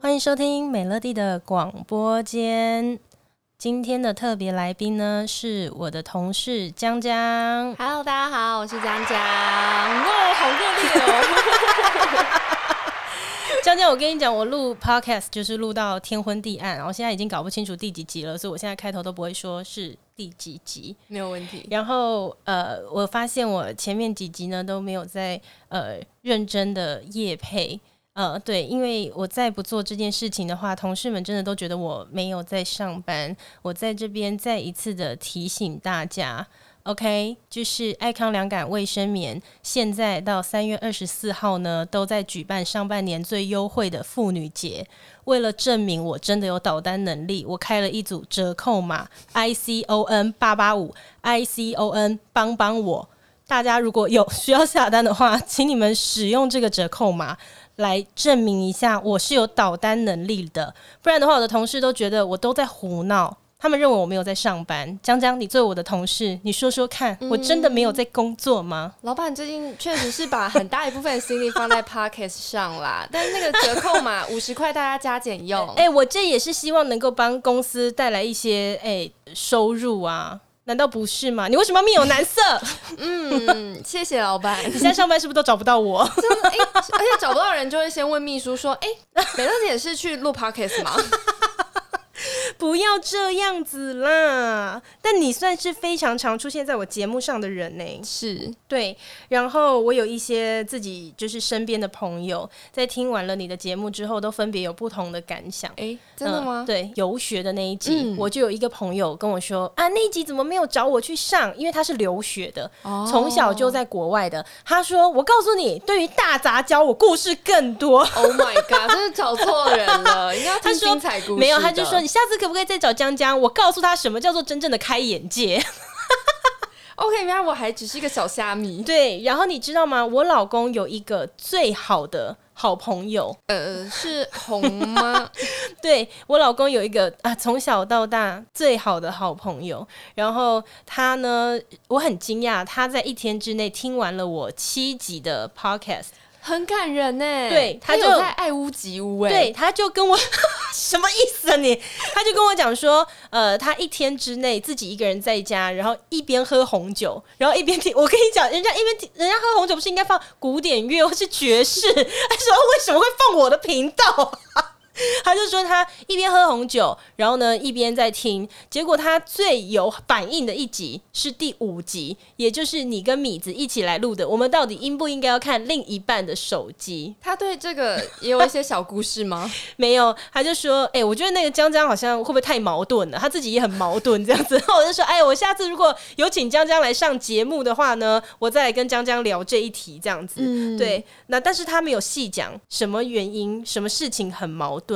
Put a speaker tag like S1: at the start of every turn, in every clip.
S1: 欢迎收听美乐蒂的广播间。今天的特别来宾呢，是我的同事江江。
S2: Hello，大家好，我是江江。哇，好 热烈哦！
S1: 江江，我跟你讲，我录 podcast 就是录到天昏地暗，然后现在已经搞不清楚第几集了，所以我现在开头都不会说是第几集。
S2: 没有问题。
S1: 然后呃，我发现我前面几集呢都没有在呃认真的夜配。呃，对，因为我再不做这件事情的话，同事们真的都觉得我没有在上班。我在这边再一次的提醒大家，OK，就是爱康凉感卫生棉，现在到三月二十四号呢，都在举办上半年最优惠的妇女节。为了证明我真的有导单能力，我开了一组折扣码 I C O N 八八五 I C O N 帮帮我。大家如果有需要下单的话， 请你们使用这个折扣码来证明一下我是有导单能力的，不然的话，我的同事都觉得我都在胡闹，他们认为我没有在上班。江江，你作为我的同事，你说说看，我真的没有在工作吗？
S2: 老板最近确实是把很大一部分的心力放在 Podcast 上啦，但是那个折扣 码五十块，大家加减用。
S1: 哎、我这也是希望能够帮公司带来一些哎、收入啊，难道不是吗？你为什么要面有难色？
S2: 嗯，谢谢老板。
S1: 你现在上班是不是都找不到我？
S2: 真的哎、而且找不到人就会先问秘书说：“哎、美乐姐是去录 Podcast 吗
S1: 不要这样子啦！但你算是非常常出现在我节目上的人呢、？”
S2: 是，
S1: 对，然后我有一些自己就是身边的朋友，在听完了你的节目之后，都分别有不同的感想。
S2: 哎、真的吗
S1: 嗯？对，游学的那一集，
S2: 嗯
S1: 我就有一个朋友跟我说啊，那一集怎么没有找我去上？因为他是留学的，
S2: 哦
S1: 从小就在国外的。他说：“我告诉你，对于大杂交，我故事更多。
S2: Oh my god！真是找错人 了，应该要听
S1: 他说
S2: 精彩故事。
S1: 没有，他就说你下次可不可以再找江江？我告诉他什么叫做真正的开眼界。
S2: ：“OK，原来我还只是一个小虾米。
S1: 对，然后你知道吗？我老公有一个最好的好朋友，”
S2: 呃，是红吗？
S1: 对我老公有一个啊，从小到大最好的好朋友。然后他呢，我很惊讶，他在一天之内听完了我七集的 podcast，
S2: 很感人呢、
S1: 对
S2: 他
S1: 他就
S2: 有在爱屋及乌哎、
S1: 对，他就跟我 什么意思啊你？他就跟我讲说，呃，他一天之内自己一个人在家，然后一边喝红酒，然后一边听。我跟你讲，人家一边听，人家喝红酒不是应该放古典乐或是爵士？ 他说为什么会放我的频道？ 他就说他一边喝红酒，然后呢一边在听。结果他最有反应的一集是第五集，也就是你跟米子一起来录的。我们到底应不应该要看另一半的手机？
S2: 他对这个也有一些小故 事吗？
S1: 没有，他就说：“哎、我觉得那个江江好像会不会太矛盾了？他自己也很矛盾这样子。”然后我就说：“哎、我下次如果有请江江来上节目的话呢，我再来跟江江聊这一题这样子。
S2: 嗯
S1: 对，那但是他没有细讲什么原因，什么事情很矛盾。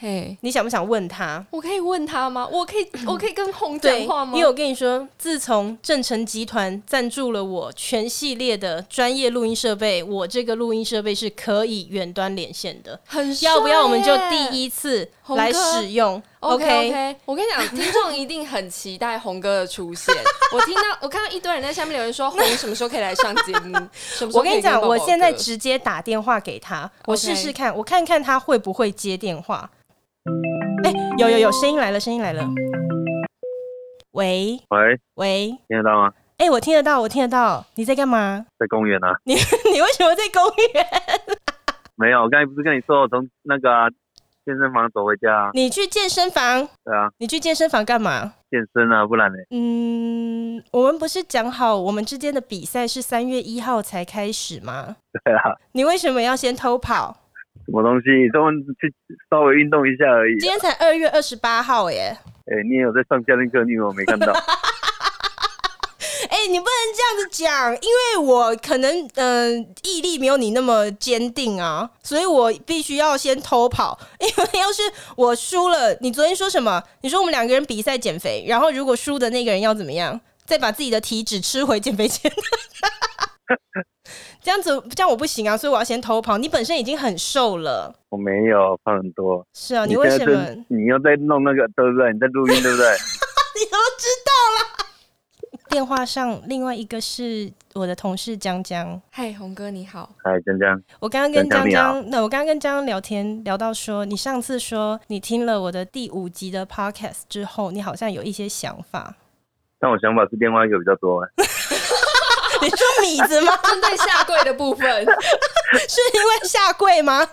S2: 嘿，
S1: 你想不想问他？
S2: 我可以问他吗？我可以，我可以跟红
S1: 嗯
S2: 讲
S1: 对，
S2: 话吗？
S1: 因为我跟你说，自从正成集团赞助了我全系列的专业录音设备，我这个录音设备是可以远端连线的。
S2: 很帅耶，欸
S1: 要不要我们就第一次
S2: 红
S1: 来
S2: 哥
S1: 使用
S2: OK OK，我跟你讲，听众一定很期待红哥的出 现。我听到，我看到一堆人在下面留言说，红什么时候可以来上节目？什么时候
S1: 我
S2: 可
S1: 跟
S2: 以
S1: 你讲，
S2: 抱抱
S1: 我现在
S2: 哥
S1: 直接打电话给他，我
S2: OK
S1: 试试看，我看看他会不会接电话。哎、有有有，声音来了，声音来了。喂
S3: 喂，
S1: 喂，
S3: 听得到吗？
S1: 哎、我听得到，我听得到，你在干嘛？
S3: 在公园啊？
S1: 你为什么在公园？
S3: 没有，我刚才不是跟你说我从那个啊、健身房走回家、啊？
S1: 你去健身房？
S3: 对啊，
S1: 你去健身房干嘛？
S3: 健身啊，不然呢？
S1: 嗯，我们不是讲好我们之间的比赛是三月一号才开始吗？
S3: 对啊，
S1: 你为什么要先偷跑？
S3: 什么东西？都去稍微运动一下而已。啊
S1: 今天才二月二十八号耶！
S3: 哎、你也有在上教练课，你以为我没 看到？
S1: 哎、你不能这样子讲，因为我可能嗯、呃毅力没有你那么坚定啊，所以我必须要先偷跑。 因为要是我输了，你昨天说什么？你说我们两个人比赛减肥，然后如果输的那个人要怎么样？再把自己的体脂吃回减肥前。 这样子，这样我不行啊，所以我要先偷跑。你本身已经很瘦了，
S3: 我没有，胖很多。
S1: 是啊，你
S3: 你
S1: 为
S3: 现
S1: 什
S3: 在
S1: 么？
S3: 正你又在弄那个，对不对？你在录音，对不对？
S1: 你都知道啦。电话上另外一个是我的同事江江，
S2: 嗨，红哥你好，
S3: 嗨，江江，
S1: 我刚刚跟江
S3: 江江你
S1: 江，那我刚刚跟江江聊天聊到说，你上次说你听了我的第五集的 podcast 之后，你好像有一些想法，
S3: 但我想法是另外一个比较多。哎
S1: 你说米子 吗？
S2: 针对下跪的部分，
S1: 是因为下跪吗？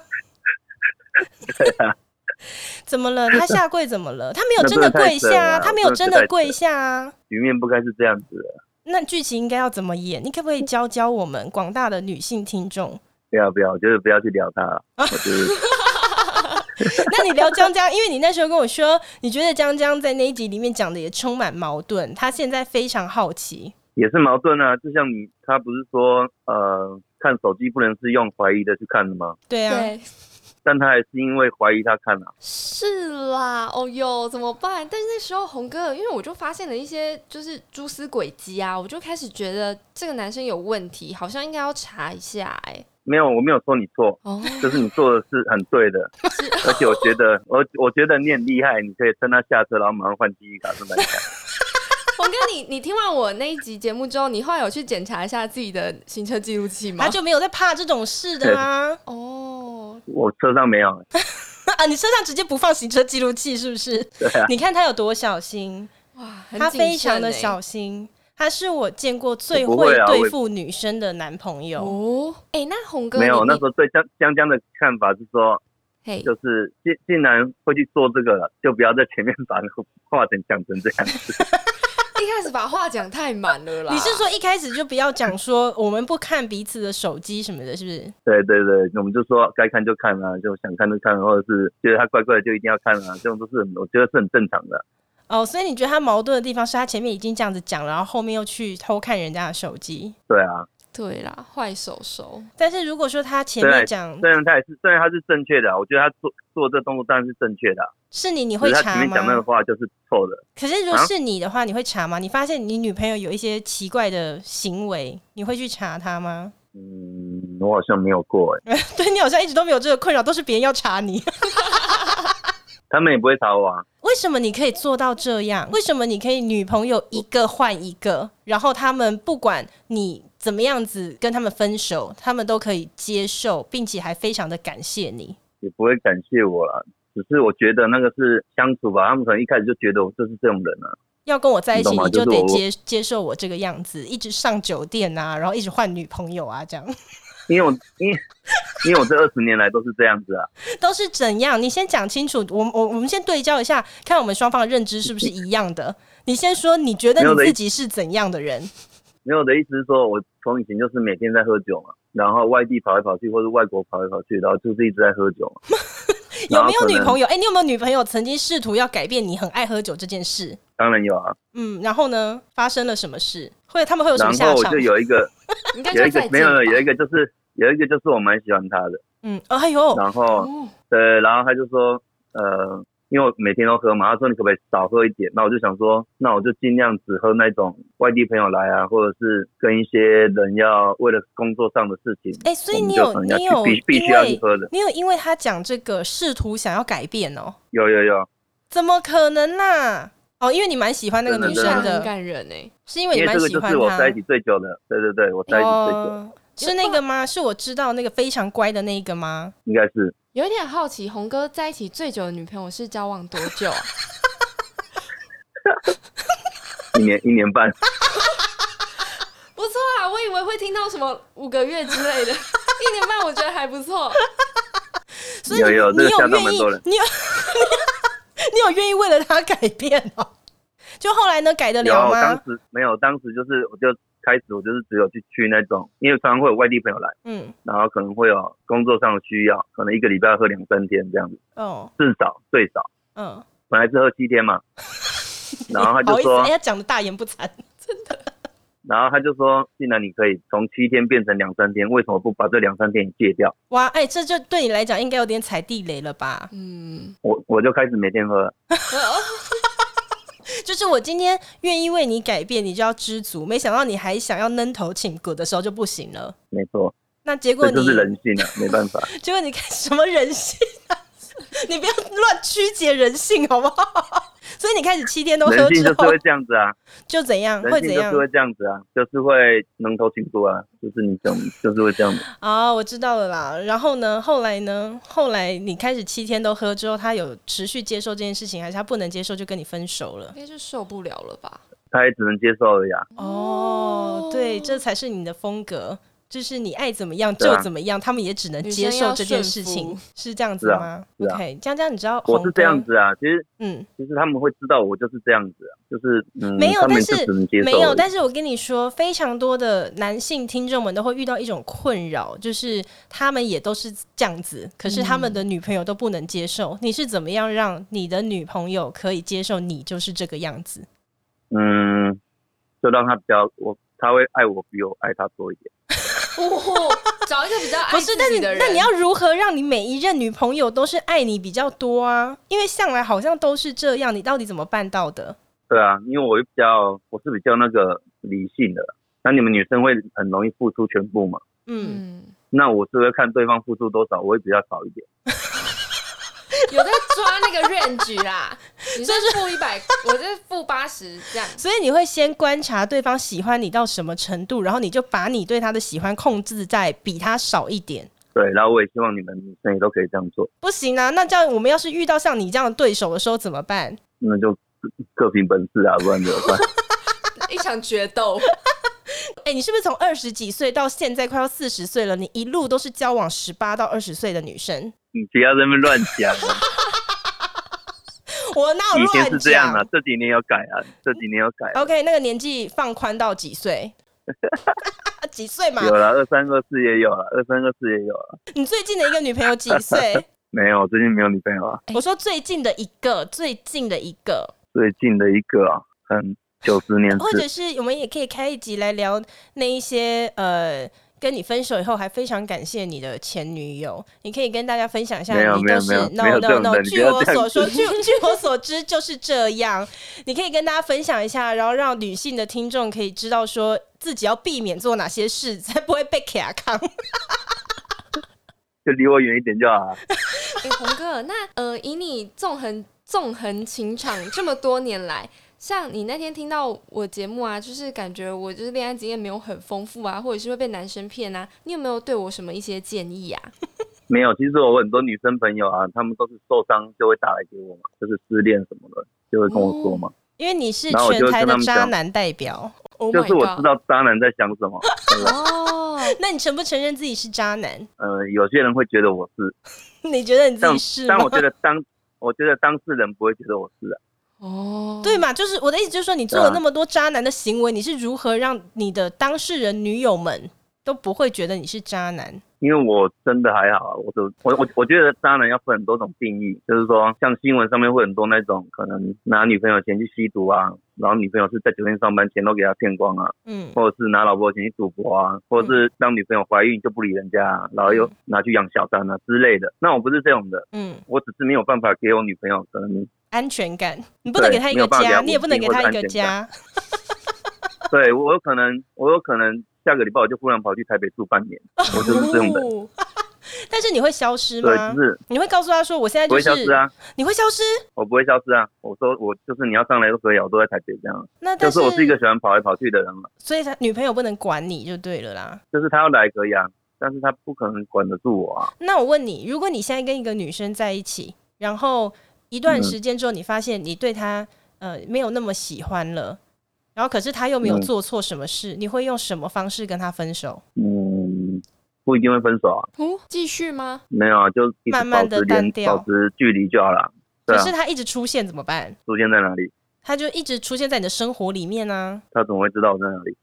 S1: 怎么 了？他下跪怎么了？他没有
S3: 那
S1: 真
S3: 真
S1: 的
S3: 的太
S1: 跪
S3: 扯
S1: 下啊，
S3: 了
S1: 他没有真
S3: 真的
S1: 的
S3: 太
S1: 跪
S3: 扯
S1: 下啊。
S3: 局面不该是这样子的，
S1: 那剧情应该要怎么演？你可不可以教教我们广大的女性听众？
S3: 不要不要，我觉得不要去聊他了， 我就是
S1: 那你聊江江，因为你那时候跟我说，你觉得江江在那一集里面讲的也充满矛盾，他现在非常好奇。
S3: 也是矛盾啊。就像你，他不是说呃，看手机不能是用怀疑的去看的吗？
S1: 对啊，
S2: 对，
S3: 但他还是因为怀疑他看啊了、
S2: 是啦，哦哟，怎么办？但是那时候红哥，因为我就发现了一些就是蛛丝轨迹啊，我就开始觉得这个男生有问题，好像应该要查一下哎、
S3: 没有，我没有说你错，
S2: 哦，
S3: 就是你做的是很对的，而且我觉得我我觉得你很厉害，你可以趁他下车，然后马上换记忆卡送他一下。
S2: 红哥，你 你听完我那一集节目之后，你后来有去检查一下自己的行车记录器吗
S1: 他？就没有在怕这种事的啊
S2: 哦，
S3: 我车上没有，
S1: 啊！你车上直接不放行车记录器是不是？
S3: 对啊，
S1: 你看他有多小心，
S2: 哇，很
S1: 他
S2: 谨
S1: 非常的
S2: 慎欸
S1: 小心，他是我见过最
S3: 我不
S1: 会
S3: 会啊我
S1: 对
S3: 也
S1: 付女生的男朋友。
S2: 哦。哎、那红哥，
S3: 没有。
S2: 你
S3: 那时候对江江江的看法是说，
S2: 嘿，
S3: 就是既既然会去做这个了，就不要在前面把那个话等讲成这样。
S2: 一开始把话讲太满了啦。
S1: 你是说一开始就不要讲说我们不看彼此的手机什么的，是不是？
S3: 对对对，我们就说该看就看啊，就想看就看，或者是觉得他怪怪的就一定要看啊，这种都是很我觉得是很正常的。
S1: 哦，所以你觉得他矛盾的地方是他前面已经这样子讲了，然后后面又去偷看人家的手机。
S3: 对啊，
S2: 对啦，坏手手。
S1: 但是如果说他前
S3: 对
S1: 面讲
S3: 虽然他也是，虽然他是正确的啊，我觉得他做做这动作当然是正确的啊，
S1: 是你，你
S3: 只
S1: 会
S3: 是他前
S1: 查
S3: 面讲那个
S1: 吗？
S3: 话就是错的。
S1: 可是如果
S3: 啊
S1: 是你的话，你会查吗？你发现你女朋友有一些奇怪的行为，你会去查她吗？
S3: 嗯，我好像没有过哎、
S1: 对你好像一直都没有这个困扰，都是别人要查你。
S3: 他们也不会查我啊。
S1: 为什么你可以做到这样？为什么你可以女朋友一个换一个，然后他们不管你怎么样子跟他们分手，他们都可以接受，并且还非常的感谢你。
S3: 也不会感谢我啦。只是我觉得那个是相处吧，他们可能一开始就觉得我就是这种人啊。
S1: 要跟我在一起，
S3: 你懂吗
S1: 你就
S3: 就是
S1: 得
S3: 我
S1: 接接受我这个样子，一直上酒店啊，然后一直换女朋友啊，这样
S3: 因为我因为因为我这二十年来都是这样子啊，
S1: 都是怎样？你先讲清楚，我们我我们先对焦一下，看我们双方的认知是不是一样的。你先说，你觉得
S3: 没有
S1: 你
S3: 的
S1: 自己是怎样的人？。
S3: 没有我的意思是说，我从以前就是每天在喝酒嘛，然后外地跑来跑去，或者外国跑来跑去，然后就是一直在喝酒嘛
S1: 有没有女朋
S3: 友？
S1: 友？哎、你有没有女朋友曾经试图要改变你很爱喝酒这件事？
S3: 当然有啊。
S1: 嗯，然后呢，发生了什么事？会他们会有什
S3: 然
S1: 么下
S3: 后我
S1: 场
S3: 就？有一个
S2: 应该就
S3: 有一
S2: 再
S3: 个
S2: 见
S3: 没有有一
S2: 个
S3: 个就是有一个就是我蛮喜欢他的，
S1: 嗯，哦哎呦，
S3: 然后
S2: 哦，
S3: 对，然后他就说，呃，因为我每天都喝嘛，他说你可不可以少喝一点？那我就想说，那我就尽量只喝那种外地朋友来啊，或者是跟一些人要为了工作上的事情，
S1: 哎、所以
S3: 我们
S1: 你
S3: 就
S1: 有
S3: 可能
S1: 你
S3: 要
S1: 有
S3: 去必必须
S1: 因
S3: 要去
S1: 为
S3: 喝的。
S1: 你有因为他讲这个试图想要改变哦，
S3: 有有有，
S1: 怎么可能啦？哦，因为你蛮喜欢那个
S3: 真的
S1: 女
S3: 真
S1: 生
S3: 的
S1: 的，
S2: 很感人哎、
S1: 是因为
S3: 因
S1: 你
S3: 为
S1: 蛮
S3: 这个
S1: 喜
S3: 就
S1: 欢
S3: 是我在一起
S1: 他。
S3: 最久的，对对对，我在一起最久，
S1: 哦，是那个吗？是我知道那个非常乖的那一个吗？
S3: 应该是
S2: 有一点好奇，红哥在一起最久的女朋友是交往多久啊？
S3: 一年一年半，
S2: 不错啊，我以为会听到什么五个月之 类的，一年半我觉得还不错。
S1: 所以
S3: 有
S1: 你
S3: 有，这
S1: 你
S3: 个
S1: 有
S3: 吓到
S1: 愿
S3: 蛮
S1: 意
S3: 多人，。
S1: 你有 你有愿意为了他改变哦？就后来呢，改得
S3: 有
S1: 了
S3: 当
S1: 吗？
S3: 时没有，当时就是我就开始我就是只有去去那种，因为常常会有外地朋友来。
S1: 嗯，
S3: 然后可能会有工作上的需要，可能一个礼拜要喝两三天这样子，
S1: 哦，
S3: 至少最少。
S1: 嗯，
S3: 本来是喝七天 嘛，然后他
S1: 好
S3: 就
S1: 意思，
S3: 说
S1: 哎，，他讲的大言不惭。
S3: 然后他就说，既然你可以从七天变成两三天，为什么不把这两三天也戒掉？
S1: 哇，哎、这就对你来讲应该有点踩地雷了吧？
S2: 嗯，
S3: 我我就开始每天喝了，
S1: 就是我今天愿意为你改变，你就要知足。没想到你还想要闷头请骨的时候就不行了。
S3: 没错，
S1: 那结果
S3: 这
S1: 你
S3: 就，是人性啊，没办法。
S1: 结 果你看什么人性、啊？你不要乱曲解人性好不好？ 所以你开始七天都喝
S3: 人性
S1: 之
S3: 就是
S1: 后
S3: 会这样子啊，
S1: 就怎样？ 会
S3: 人
S1: 怎
S3: 性就
S1: 样
S3: 是？会这样子啊，就是会能投情多啊，就是你这种就是会这样子。
S1: 啊、我知道了啦。然后呢？后来呢？后来你开始七天都喝之后，他有持续接受这件事情，还是他不能接受就跟你分手了
S2: 应？该是受不了了吧？
S3: 他也只能接受而已啊。
S1: 哦，对，这才是你的风格，就是你爱怎么样
S3: 对啊
S1: 就怎么样，他们也只能
S2: 女
S1: 接
S2: 生要
S1: 受这件
S2: 顺
S1: 事情
S2: 服，
S1: 是这样子
S3: 是啊
S1: 吗、
S3: 是啊
S1: o k 江江，你知道
S3: 我
S1: 红
S3: 是这样
S1: 哥，
S3: 子啊，其实
S1: 嗯，
S3: 其实他们会知道我就是这样子啊，就是嗯，
S1: 没有
S3: 他们
S1: 但
S3: 就是只能接受而已。
S1: 没有，但是我跟你说，非常多的男性听众们都会遇到一种困扰，就是他们也都是这样子，可是他们
S3: 嗯
S1: 的女朋友都不能接受。你是怎么样让你的女朋友可以接受你就是这个样子？
S3: 嗯，就让他比较我，他会爱我比我爱他多一点。
S2: 哦，找一个比较
S1: 不
S2: 爱
S1: 是
S2: 自，
S1: 但
S2: 己
S1: 是
S2: 的人。
S1: 那你要如何让你每一任女朋友都是爱你比较多啊？因为向来好像都是这样，你到底怎么办到的？
S3: 对啊，因为我比较我是比较那个理性的，那你们女生会很容易付出全部嘛？
S1: 嗯，
S2: 嗯，
S3: 那我是会看对方付出多少，我会比较少一点。
S2: 有在抓那个 range 啦，你这 付一百，我这付八十这样。
S1: 所以你会先观察对方喜欢你到什么程度，然后你就把你对他的喜欢控制在比他少一点。
S3: 对，然后我也希望你们女生也都可以这样做，
S1: 不行啊！那这样我们要是遇到像你这样的对手的时候怎么办？
S3: 那就各凭本事啊，不然怎么办？
S2: 一场决斗，
S1: 哎、你是不是从二十几岁到现在快要四十岁了，你一路都是交往十八到二十岁的女生？
S3: 你不要在那边乱讲 啊，
S1: 我哪有
S3: 以
S1: 乱
S3: 前
S1: 讲？
S3: 是这样啊，这几年有改啊，这几年有改、啊。
S1: OK，那个年纪放宽到几岁？ 几岁嘛？
S3: 有了，二三二四也有了，二三二四也有了。
S1: 你最近的一个女朋友几 岁？
S3: 没有，最近没有女朋友啊。
S1: 我说最近的一个，最近的一个，
S3: 最近的一个啊，嗯，九十年
S1: 或
S3: 是
S1: 者 是我们也可以开一集来聊那一些呃，跟你分手以后还非常感谢你的前女友，你可以跟大家分享一下，
S3: 没有
S1: 你
S3: 没有
S1: 都是
S3: 没有
S1: no
S3: 没有这
S1: no
S3: 种
S1: no，
S3: 的你不
S1: 据
S3: 要
S1: 我
S3: 这
S1: 所
S3: 样
S1: 说，
S3: 子
S1: 据 据我所知就是这样，你可以跟大家分享一下，然后让女性的听众可以知道说自己要避免做哪些事，才不会被卡康。
S3: 就离我远一点就好了。啊
S2: 哎、红哥，那呃，以你纵横纵横情场这么多年来，像你那天听到我节目啊，就是感觉我就是恋爱经验没有很丰富啊，或者是会被男生骗啊，你有没有对我什么一些建议啊？
S3: 没有，其实我很多女生朋友啊，她们都是受伤就会打来给我嘛，就是失恋什么的，就会跟我说嘛。
S1: 因为你是
S3: 然后我就
S1: 全
S3: 会
S1: 台
S3: 跟
S1: 的
S3: 他们
S1: 渣
S3: 讲
S1: 男代表，
S2: Oh
S3: 就是我
S2: my
S3: 知
S2: god！
S3: 道渣男在想什么，对吧？
S2: 哦，
S1: 那你承不承认自己是渣男？
S3: 呃，有些人会觉得我是，
S1: 你觉得你自
S3: 但
S1: 己是吗
S3: 但？我觉得当我觉得当事人不会觉得我是啊，
S2: 哦，
S1: 对嘛，就是我的意思，就是说你做了那么多渣男的行为，你是如何让你的当事人女友们都不会觉得你是渣男？
S3: 因为我真的还好啊，我都我我我觉得渣男要分很多种定义，就是说像新闻上面会很多那种可能拿女朋友钱去吸毒啊，然后女朋友是在酒店上班，钱都给他骗光啊，
S1: 嗯，
S3: 或者是拿老婆钱去赌博啊，或者是让女朋友怀孕就不理人家、啊，然后又拿去养小三啊之类的。那我不是这种的，
S1: 嗯，
S3: 我只是没有办法给我女朋友可能
S1: 安全感，你不能给他一
S3: 没
S1: 个
S3: 有办法给
S1: 家，
S3: 他
S1: 你也不能给他一个
S3: 稳定或者
S1: 家。
S3: 对我有可能我有可能下个礼拜我就忽然跑去台北住半年，我就是这种人。
S1: 哦但 是你会消失
S3: 对，
S1: 吗
S3: 就？是
S1: 你会告诉他说我现在
S3: 不
S1: 就
S3: 会消
S1: 是
S3: 失啊，
S1: 你会消失？
S3: 我不会消失啊。我说我就是你要上来都可以啊，我都在台北这样啊。
S1: 那但
S3: 就是我是一个喜欢跑来跑去的人嘛，
S1: 所以他女朋友不能管你就对了啦。
S3: 就是他要来可以啊，但是他不可能管得住我啊。
S1: 那我问你，如果你现在跟一个女生在一起，然后一
S3: 嗯
S1: 段时间之后，你发现你对她呃没有那么喜欢了，然后可是她又没有
S3: 嗯
S1: 做错什么事，你会用什么方式跟她分手？
S3: 嗯，不一定会分手啊，
S2: 哦，继续吗？
S3: 没有啊，就一直
S1: 慢慢
S3: 保
S1: 地
S3: 持联
S1: 淡掉
S3: 保持距离就好了。对
S1: 可
S3: 啊
S1: 是，她一直出现怎么办？
S3: 出现在哪里？
S1: 她就一直出现在你的生活里面啊，
S3: 他怎么会知道我在哪里？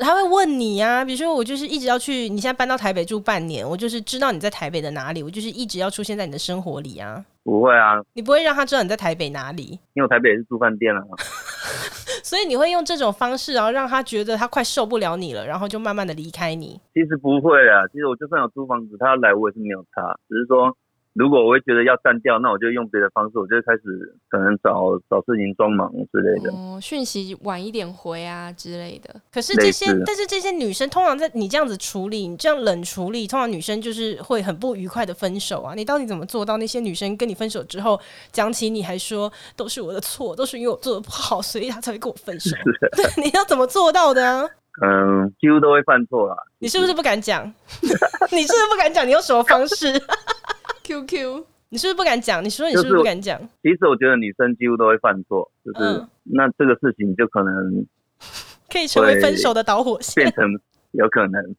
S1: 她会问你啊，比如说我就是一直要去，你现在搬到台北住半年，我就是知道你在台北的哪里，我就是一直要出现在你的生活里啊，
S3: 不会啊，
S1: 你不会让她知道你在台北哪里，
S3: 因为我台北也是住饭店啊。
S1: 所以你会用这种方式，然后让她觉得她快受不了你了，然后就慢慢的离开你。
S3: 其实不会啊，其实我就算有租房子，他要来我也是没有差，只是说如果我会觉得要淡掉，那我就用别的方式，我就会开始可能找找事情装忙之类的。
S2: 哦，讯息晚一点回啊之类的。
S1: 可是这些
S3: 类似，
S1: 但是这些女生通常在你这样子处理，你这样冷处理，通常女生就是会很不愉快的分手啊。你到底怎么做到那些女生跟你分手之后，讲起你还说都是我的错，都是因为我做的不好，所以她才会跟我分 手？对，你要怎么做到的、啊？
S3: 嗯，几乎都会犯错啦。
S1: 你是不是不敢讲？你是不是不敢讲？你用什么方式？
S2: QQ，
S1: 啊你是不是不敢讲？你说你是 不是不敢讲？
S3: 其实我觉得女生几乎都会犯错，就是、
S1: 嗯
S3: 那这个事情就可能
S1: 可以成为分手的导火
S3: 变
S1: 线。
S3: 成有可能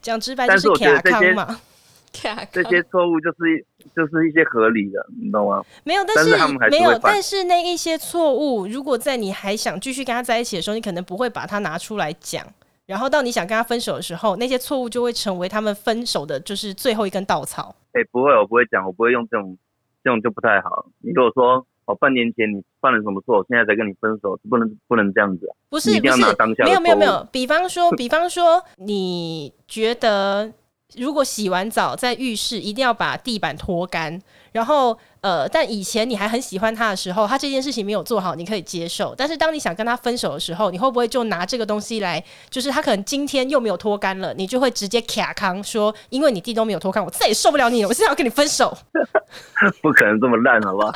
S1: 讲直白就
S3: 但是
S1: 是
S3: 我觉得
S1: 卡康
S3: 这些
S1: 嘛，
S2: 卡
S3: 这些错误就是就是一些合理的，你懂吗？
S1: 没有，但
S3: 但
S1: 是
S3: 是他们还是
S1: 没
S3: 会
S1: 有，
S3: 犯
S1: 但是那一些错误，如果在你还想继续跟他在一起的时候，你可能不会把它拿出来讲。然后到你想跟他分手的时候，那些错误就会成为他们分手的就是最后一根稻草。
S3: 哎、不会，我不会讲，我不会用这种这种就不太好。你如果说我、哦、半年前你犯了什么错，我现在才跟你分手，不能不能这样子啊。
S1: 不是
S3: 你一
S1: 不
S3: 定要
S1: 是
S3: 拿当，下的
S1: 没有没有
S3: 错误
S1: 没有。比方 说，比方说，你觉得如果洗完澡在浴室一定要把地板拖干，然后呃，但以前你还很喜欢他的时候，他这件事情没有做好，你可以接受。但是当你想跟他分手的时候，你会不会就拿这个东西来，就是他可能今天又没有拖干了，你就会直接卡康说，因为你地都没有拖干，我再也受不了你了，我现在要跟你分手。
S3: 不可能这么烂，好不好？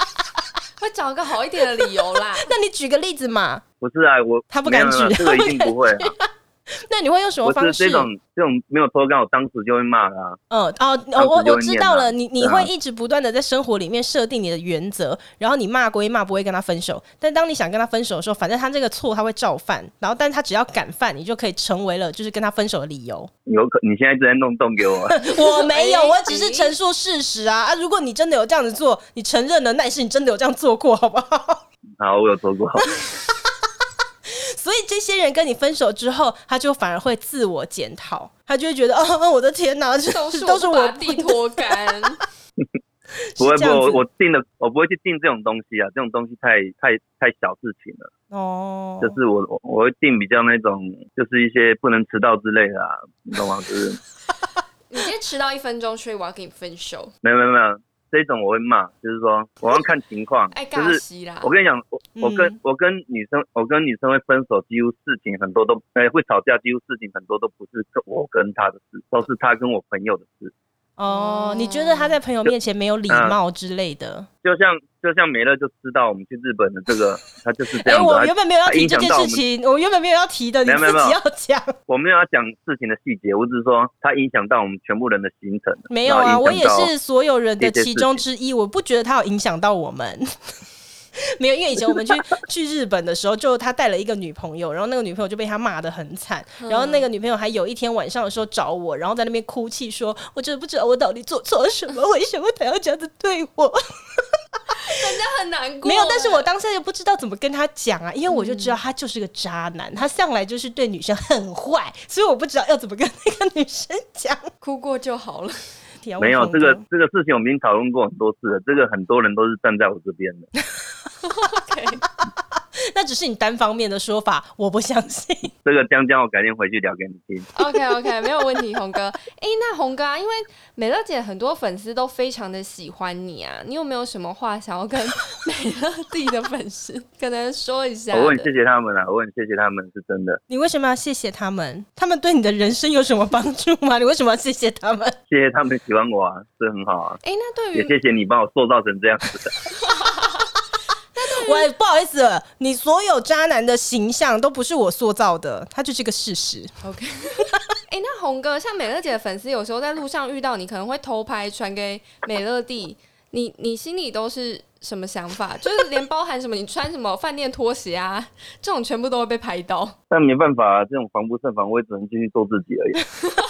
S2: 会找一个好一点的理由 啦。
S1: 那你举个例子嘛？
S3: 不是啊，我
S1: 他不
S3: 没有
S1: 敢
S3: 没有
S1: 举
S3: 这个一定不会啊。
S1: 那你会用什么
S3: 我
S1: 方
S3: 是
S1: 式？
S3: 这种这种没有脱干，我当时就会骂他、
S1: 嗯哦，
S3: 样
S1: 哦
S3: 子
S1: 我
S3: 就
S1: 我
S3: 会
S1: 知
S3: 念
S1: 道
S3: 啊
S1: 了，你你
S3: 对啊
S1: 会一直不断的在生活里面设定你的原则，然后你骂归骂，不会跟他分手。但当你想跟他分手的时候，反正他这个错他会照犯，然后但他只要敢犯，你就可以成为了就是跟他分手的理 由。
S3: 有可你现在正在弄洞 给我，
S1: 我没有，
S2: 哎
S1: 我只是陈述事实啊啊！如果你真的有这样子做，你承认了，那也是你真的有这样做过，好不好？
S3: 好，我有做过，
S1: 所以这些人跟你分手之后，他就反而会自我检讨，他就会觉得哦，哦我的天哪，这
S2: 都是
S1: 都 是我
S2: 把地拖干，
S3: 不
S1: 是
S3: 会不
S1: 这样
S3: 会，
S1: 子
S3: 我我定的我不会去定这种东西啊，这种东西太太太小事情了，
S1: 哦，
S3: 就是我我我会定比较那种就是一些不能迟到之类的、啊，你懂吗？就是
S2: 你今天迟到一分钟，所以我要跟你分手，
S3: 没有没有没有这种我会骂，就是说我要看情况，
S2: 爱
S3: 就
S2: 尬
S3: 是
S2: 西啦
S3: 我。跟你讲，我我跟、
S1: 哎嗯
S3: 我跟女生，我跟女生会分手，几乎事情很多都，呃，会吵架，几乎事情很多都不是跟我跟她的事，都是她跟我朋友的事。
S1: 哦，你觉得他在朋友面前没有礼貌之类的？
S3: 就像就像梅乐就知道我们去日本的这个，她就是这
S1: 哎、
S3: 样子。
S1: 我
S3: 她
S1: 原本没有要提这件事情，我原本没有要提的，你
S3: 没有没
S1: 自
S3: 有
S1: 己要讲。
S3: 我没有要讲事情的细节，我只是说她影响到我们全部人的行程了。
S1: 没有啊，
S3: 然后
S1: 我
S3: 影
S1: 也
S3: 响到
S1: 是所有人的
S3: 这件
S1: 其中之一，我不觉得他有影响到我们。 没有，因为以前我们 去去日本的时候，就他带了一个女朋友，然后那个女朋友就被他骂的很惨，然后那个女朋友还有一天晚上的时候找我，然后在那边哭泣说：“我真的不知道我到底做错了什么，为什么他要这样子对我？”
S2: 人家很难过。欸
S1: 没有，但是我当下又不知道怎么跟他讲啊，因为我就知道他就是个渣男，他向来就是对女生很坏，所以我不知道要怎么跟那个女生讲。
S2: 哭过就好 了。
S1: 天啊
S3: 没有
S1: 我疯
S3: 这个
S1: 了
S3: 这个事情，我们已经讨论过很多次了。这个很多人都是站在我这边 的，
S2: OK，
S1: 那只是你单方面的说法，我不相信。
S3: 这个江江，我改天回去聊给你听。
S2: OK OK，没有问题，红哥。哎、那红哥啊，因为美乐姐很多粉丝都非常的喜欢你啊，你有没有什么话想要 跟美乐蒂的粉丝可能说一下的？
S3: 我很谢谢他们啦，啊我很谢谢他们，是真的，
S1: 你为什么要谢谢他们？他们对你的人生有什么帮助吗？你为什么要谢谢他们？
S3: 谢谢他们喜欢我啊，这很好啊。
S2: 哎、那对
S3: 也
S1: 嗯
S2: 于
S3: 谢谢你帮我塑造成这样 子。
S1: 我不好意思了，你所有渣男的形象都不是我塑造的，它就是个事实。
S2: OK，哎、那红哥，像美乐姐的粉丝，有时候在路上遇到你，可能会偷拍传给美乐蒂，你你心里都是什么想法？就是连包含什么，你穿什么饭店拖鞋啊，这种全部都会被拍到。
S3: 但没办法、啊，这种防不胜防，我也只能继续做自己而已。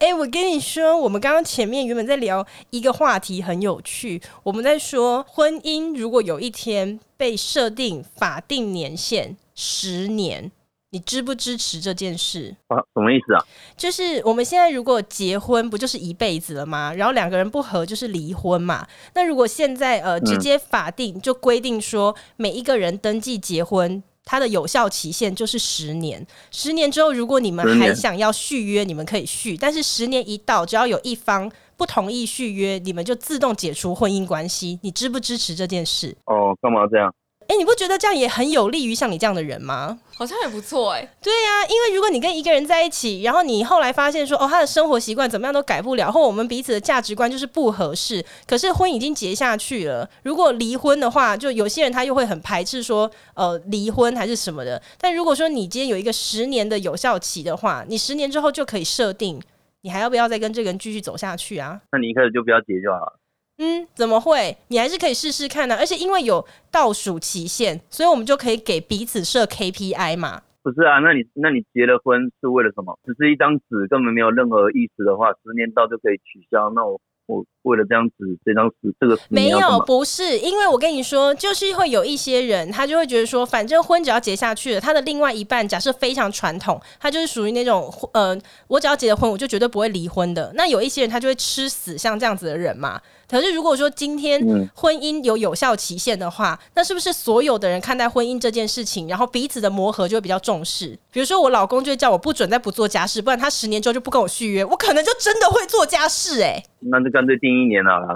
S1: 哎、我跟你说，我们刚刚前面原本在聊一个话题，很有趣。我们在说，婚姻如果有一天被设定法定年限十年，你支不支持这件事？
S3: 啊，什么意思啊？
S1: 就是我们现在如果结婚，不就是一辈子了吗？然后两个人不合就是离婚嘛。那如果现在呃直接法定就规定说，每一个人登记结婚。它的有效期限就是十年，十年之后，如果你们
S3: 10年
S1: 还想要续约，你们可以续，但是十年一到，只要有一方不同意续约，你们就自动解除婚姻关系，你支不支持这件事？
S3: 哦，干嘛这样？
S1: 哎，你不觉得这样也很有利于像你这样的人吗？
S2: 好像也不错哎、
S1: 对呀、因为如果你跟一个人在一起，然后你后来发现说，哦，他的生活习惯怎么样都改不了，或我们彼此的价值观就是不合适，可是婚已经结下去了。如果离婚的话，就有些人他又会很排斥说，呃，离婚还是什么的。但如果说你今天有一个十年的有效期的话，你十年之后就可以设定，你还要不要再跟这个人继续走下去啊？
S3: 那你一开始就不要结就好了。
S1: 嗯，怎么会？你还是可以试试看的、啊而且因为有倒数期限，所以我们就可以给彼此设 KPI 嘛。
S3: 不是啊，那你那你结了婚是为了什么？只是一张纸，根本没有任何意思的话，十年到就可以取消。那我我为了这张纸，这张纸这个十
S1: 没
S3: 年要干
S1: 有，
S3: 嘛？
S1: 不是，因为我跟你说，就是会有一些人，他就会觉得说，反正婚只要结下去了，他的另外一半假设非常传统，他就是属于那种，呃，我只要结了婚，我就绝对不会离婚的。那有一些人，他就会吃死像这样子的人嘛。可是如果说今天
S3: 嗯
S1: 婚姻有有效期限的话，那是不是所有的人看待婚姻这件事情，然后彼此的磨合就会比较重视？比如说我老公就会叫我不准再不做家事，不然他十年之后就不跟我续约，我可能就真的会做家事哎、欸
S3: 那就干脆定一年好了。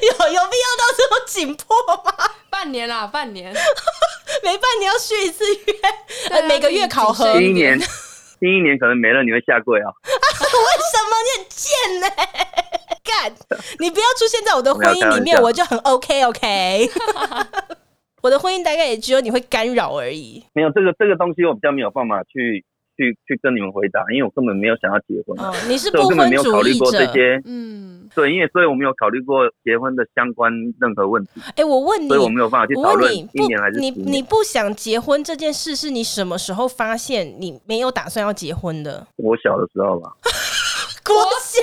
S1: 有有必要到这么紧迫吗？
S2: 半年啦，半年，
S1: 每半年要续一次约，
S2: 对啊
S1: 呃每个月考核，
S2: 呃
S3: 第
S1: 为
S3: 一年， 第一年可能没了，你会下跪啊？
S1: 什么你很贱呢、 干，你不要出现在我的婚
S3: 没有开
S1: 姻
S3: 玩
S1: 里面，
S3: 笑
S1: 我就很 OK OK。我的婚姻大概也只有你会干扰而已。
S3: 没有这个这个东西，我比较没有办法去去去跟你们回答，因为我根本没有想要结婚啊，
S1: 哦，你是
S3: 所
S1: 不
S3: 以我根本
S1: 婚
S3: 没有考
S1: 主
S3: 虑
S1: 义
S3: 过
S1: 者
S3: 这。些。
S2: 嗯，
S3: 对，因为所以我没有考虑过结婚的相关任何问题，
S1: 哎、我问你，
S3: 所以我没有办法去讨
S1: 我问
S3: 论
S1: 你，
S3: 一年还
S1: 不，
S3: 是
S1: 你
S3: 十
S1: 你
S3: 年。
S1: 不想结婚这件事，是你什么时候发现你没有打算要结婚的？
S3: 我小的时候吧，
S1: 国
S2: 国小，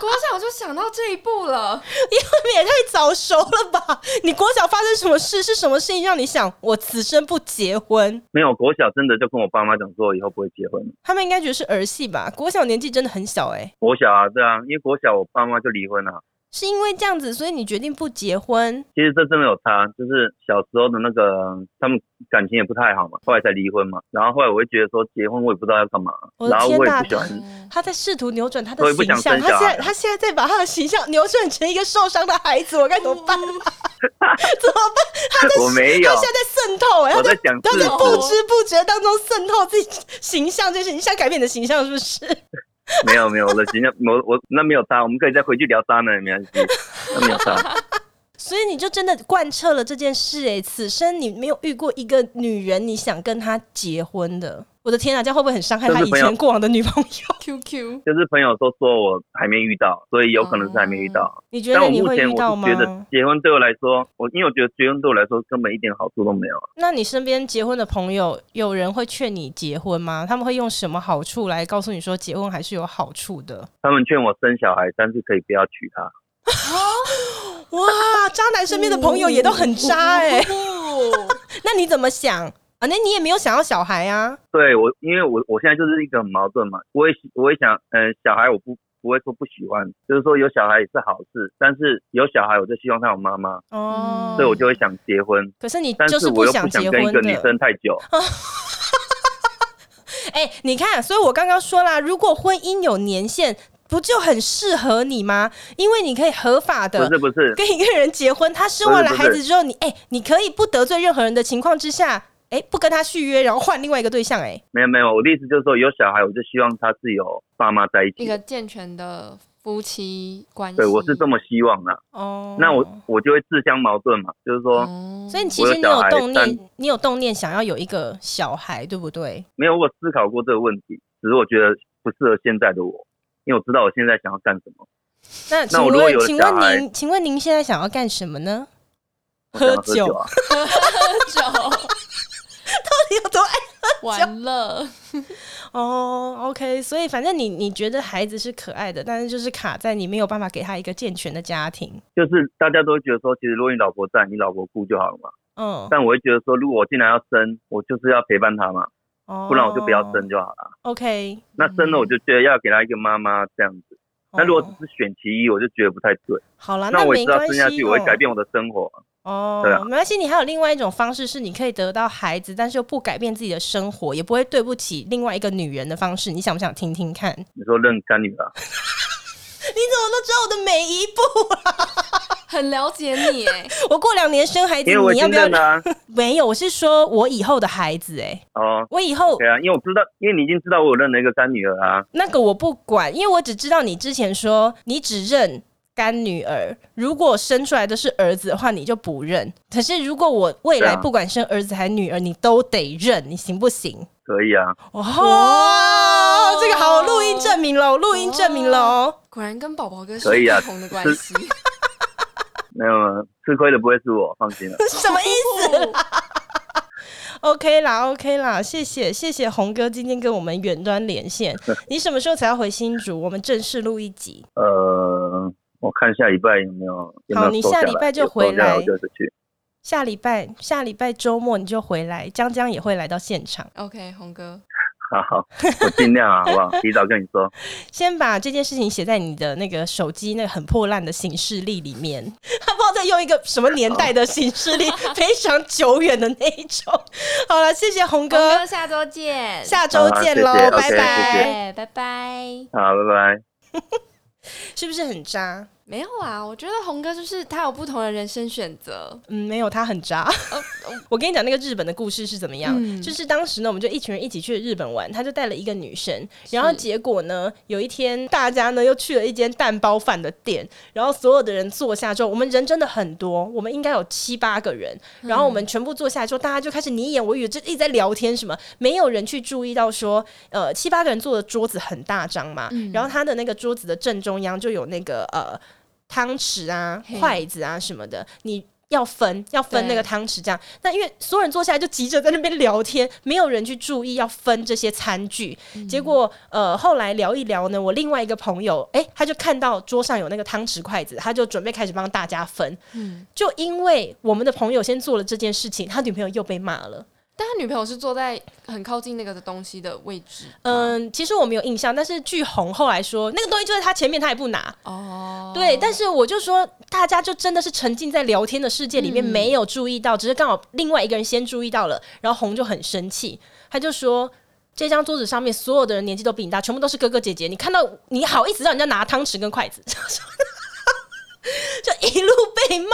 S2: 国小就想到这一步了，
S1: 因为你也太早熟了吧？你国小发生什么事？是什么事情让你想我此生不结婚？
S3: 没有国小真的就跟我爸妈讲说以后不会结婚。
S1: 他们应该觉得是儿戏吧？国小年纪真的很小哎、
S3: 国小啊，对啊，因为国小我爸妈就离婚了、
S1: 是因为这样子，所以你决定不结婚？
S3: 其实这真的有差，就是小时候的那个他们感情也不太好嘛，后来才离婚嘛。然后后来我会觉得说结婚我也不知道要干嘛，
S1: 我的
S3: 然后
S1: 天
S3: 我也
S1: 哪
S3: 不喜欢，
S1: 他在试图扭转他的
S3: 所以不
S1: 形象，
S3: 想生
S1: 他
S3: 小
S1: 现在
S3: 孩
S1: 他现在在把他的形象扭转成一个受伤的孩子，我该怎 么办？怎么办？他在
S3: 我没有
S1: 他现在在渗透哎、他
S3: 我在
S1: 在
S3: 讲
S1: 他
S3: 事
S1: 在
S3: 实。
S1: 不知不觉当中渗透自己形象，就是你想改变你的形象是不是？
S3: 没有没有，我的形象，我我那没有渣，我们可以再回去聊渣男，没关系，那没有 渣。
S1: 所以你就真的贯彻了这件事哎、此生你没有遇过一个女人你想跟她结婚的，我的天啊，这样会不会很伤害
S3: 就是
S1: 他以
S3: 朋友
S1: 前过往的女朋友？
S2: ，QQ，
S3: 就是朋友都说我还没遇到，所以有可能是还没遇到。
S1: 你觉
S3: 但
S1: 得
S3: 我
S1: 哦你
S3: 目
S1: 会
S3: 前
S1: 遇
S3: 我
S1: 到
S3: 是
S1: 吗？
S3: 觉得结婚对我来说，我因为我觉得结婚对我来说根本一点好处都没有啊。
S1: 那你身边结婚的朋友，有人会劝你结婚吗？他们会用什么好处来告诉你说结婚还是有好处的？
S3: 他们劝我生小孩，但是可以不要娶她。
S1: 哇，渣男身边的朋友也都很渣哎、
S2: 哦
S1: 那你怎么想？啊，那你也没有想要小孩啊？
S3: 对我，因为我我现在就是一个很矛盾嘛，我也喜我也想，嗯、小孩我不不会说不喜欢，就是说有小孩也是好事，但是有小孩我就希望他有妈妈，
S1: 哦，
S2: 嗯
S3: 所以我就会想结婚，
S1: 可是你
S3: 但
S1: 就是
S3: 是我又不
S1: 想
S3: 想
S1: 结
S3: 跟一
S1: 婚
S3: 个女
S1: 的。
S3: 生太 久，
S1: 哎、你看，所以我刚刚说啦，如果婚姻有年限，不就很适合你吗？因为你可以合法
S3: 不
S1: 的
S3: 是不是，
S1: 跟一个人结婚，他生完了
S3: 不是
S1: 孩子之后，你哎、你可以不得罪任何人的情况之下，哎、不跟他续约，然后换另外一个对象、哎，
S3: 没有没有，我的意思就是说有小孩我就希望他是有爸妈在一
S2: 一
S3: 起，
S2: 个健全的夫妻关系，
S3: 对我是这么希望的，
S1: 哦，
S3: 那我我就会自相矛盾嘛，就是说、
S1: 嗯
S2: 哦，
S1: 所以其实你
S3: 我有
S1: 有
S3: 小孩
S1: 动念
S3: 但，
S1: 你有动念想要有一个小孩，对不对？
S3: 没有我思考过这个问题，只是我觉得不适合现在的我，因为我知道我现在想要干什么，
S1: 那请
S3: 我如果
S1: 问，
S3: 有了
S1: 请
S3: 小
S1: 问
S3: 孩
S1: 您，请问您现在想要干什么呢？
S3: 我想要
S1: 喝
S3: 喝
S1: 酒
S3: 酒啊，
S2: 久
S1: 你有多爱？
S2: 完了，
S1: 哦，OK，所以反正你你觉得孩子是可爱的，但是就是卡在你没有办法给他一个健全的家庭。
S3: 就是大家都会觉得说，其实如果你老婆在，你老婆顾就好了嘛。
S1: 嗯，
S3: 但我会觉得说，如果我既然要生，我就是要陪伴她嘛，
S1: 哦，
S3: 不然我就不要生。就好了。
S1: OK，
S3: 那生了我就觉得要给她一个妈妈这样子。那如果
S1: 哦
S3: 只是选其一，我就觉得不太对。
S1: 好啦，
S3: 那我
S1: 没
S3: 也知道
S1: 关
S3: 生
S1: 系
S3: 下去我会
S1: 哦
S3: 改变我的生活。
S1: 哦，
S3: 对啊
S1: 没关系。你还有另外一种方式，是你可以得到孩子，但是又不改变自己的生活，也不会对不起另外一个女人的方式。你想不想听听看？
S3: 你说认干女儿，啊
S1: 么都知道我的每一步啊？
S2: 很了解你 哎、
S1: 我过两年生孩子，
S3: 因为我
S1: 哎你要
S3: 经
S1: 不要
S3: 认？了、啊。
S1: 没有，我是说我以后的孩子、哎，
S3: 哦，
S1: 我以后
S3: 对啊，因为我知道，因为你已经知道我有认了一个干女儿啊。
S1: 那个我不管，因为我只知道你之前说你只认干女儿，如果生出来的是儿子的话，你就不认。可是如果我未来
S3: 对啊
S1: 不管生儿子还是女儿，你都得认，你行不行？
S3: 可以啊，
S1: 哦，这个好，我录音证明了，我录音证明了哦。
S2: 果然跟宝宝哥是
S3: 可以啊
S2: 不同的关系。
S3: 没有吃亏的不会是我，放心了。
S1: 什么意啊
S2: 思？
S1: OK 啦，OK 啦，谢谢谢谢红哥今天跟我们远端连线。你什么时候才要回新竹？我们正式录一集。
S3: 呃，我看下礼拜有没有有没
S1: 好
S3: 有
S1: 你
S3: 收
S1: 下
S3: 下
S1: 礼
S3: 来
S1: 拜就
S3: 有收
S1: 回
S3: 下
S1: 来
S3: 我就是去。
S1: 下礼拜下礼拜周末你就回来，江江也会来到现场。
S2: OK，红哥，
S3: 好好，我尽量啊，好不好？提早跟你说。
S1: 先把这件事情写在你的那个手机那个很破烂的行事历里面，他不知道在用一个什么年代的行事历，非常久远的那一种。好了，谢谢红
S2: 红哥
S1: 哥，
S2: 下周见，
S1: 下周
S3: 好
S1: 见
S3: 啊谢
S1: 喽，
S3: 谢，OK，
S1: 拜
S3: 谢
S1: 拜。
S2: 哎，拜拜。
S3: 好，拜拜。
S1: 是不是很渣？
S2: 没有啊，我觉得红哥就是他有不同的人生选择。
S1: 嗯，没有，他很渣。
S2: 呃，
S1: 我跟你讲那个日本的故事是怎么样？
S2: 嗯
S1: 就是当时呢，我们就一群人一起去日本玩，他就带了一个女生，然后结果呢，有一天大家呢又去了一间蛋包饭的店，然后所有的人坐下之后，我们人真的很多，我们应该有七八个人，
S2: 嗯
S1: 然后我们全部坐下来之后，大家就开始你一言我一语，就一直在聊天什么，没有人去注意到说，呃，七八个人坐的桌子很大张嘛，
S2: 嗯
S1: 然后他的那个桌子的正中央就有那个呃。汤匙啊、
S2: 嘿
S1: 筷子啊什么的，你要分，要分那个
S2: 对
S1: 汤匙这样。那因为所有人坐下来就急着在那边聊天，没有人去注意要分这些餐具。结果呃，后来聊一聊呢，我另外一个朋友，诶，他就看到桌上有那个汤匙、筷子，他就准备开始帮大家分。
S2: 嗯，
S1: 就因为我们的朋友先做了这件事情，他女朋友又被骂了。
S2: 但他女朋友是坐在很靠近那个的东西的位置。嗯，
S1: 嗯，其实我没有印象，但是据红后来说，那个东西就在他前面，他也不拿。
S2: 哦，
S1: 对，但是我就说，大家就真的是沉浸在聊天的世界里面，
S2: 嗯
S1: 没有注意到，只是刚好另外一个人先注意到了，然后红就很生气，他就说。这张桌子上面所有的人年纪都比你大，全部都是哥哥姐姐。你看到你好意思让人家拿汤匙跟筷子， 就一路被骂。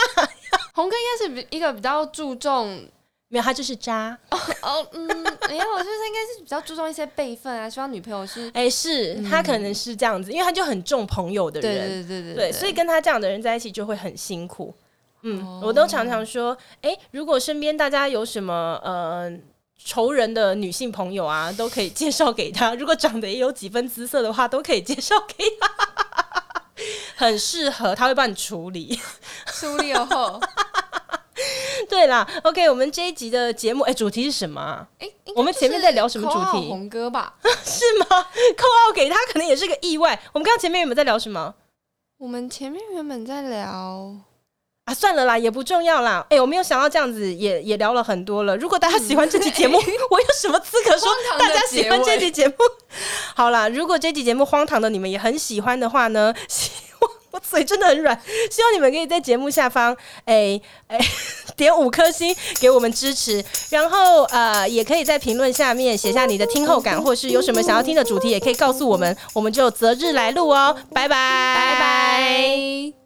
S2: 红哥应该是比一个比较注重
S1: 没有，他就是渣。
S2: 哦，嗯， 没有，就是他应该是比较注重一些辈分啊，希望女朋友是
S1: 哎、是他可能是这样子，因为他就很重朋友的
S2: 嗯对
S1: 人。
S2: 对对对
S1: 对，所以跟他这样的人在一起就会很辛苦。嗯，
S2: 哦
S1: 我都常常说，哎、如果身边大家有什么呃仇人的女性朋友啊，都可以介绍给他。 如果长得也有几分姿色的话，都可以介绍给他， 很适合，他会帮你处理。
S2: 苏立后，
S1: 对啦，OK，我们这一集的节目，哎、主题是什么啊？
S2: 哎，应该
S1: 我们前面在聊什么
S2: 就
S1: 主
S2: 是
S1: 题
S2: 口号红哥吧，
S1: 是吗？扣号给他可能也是个意外。我们刚刚前面有没有在聊什么？
S2: 我们前面原本在聊，
S1: 啊，算了啦，也不重要啦。哎、我没有想到这样子也，也聊了很多了。如果大家喜欢这期节目， 我有什么资格说
S2: 嗯荒唐的
S1: 大家喜欢这
S2: 结尾
S1: 期节目？ 好啦，如果这期节目荒唐的你们也很喜欢的话呢， 希望我嘴真的很软，希望你们可以在节目下方哎哎、 点五颗星给我们支持，然后呃也可以在评论下面写下你的听后感，或是有什么想要听的主题，也可以告诉我们，我们就择日来录哦。拜拜，
S2: 拜拜。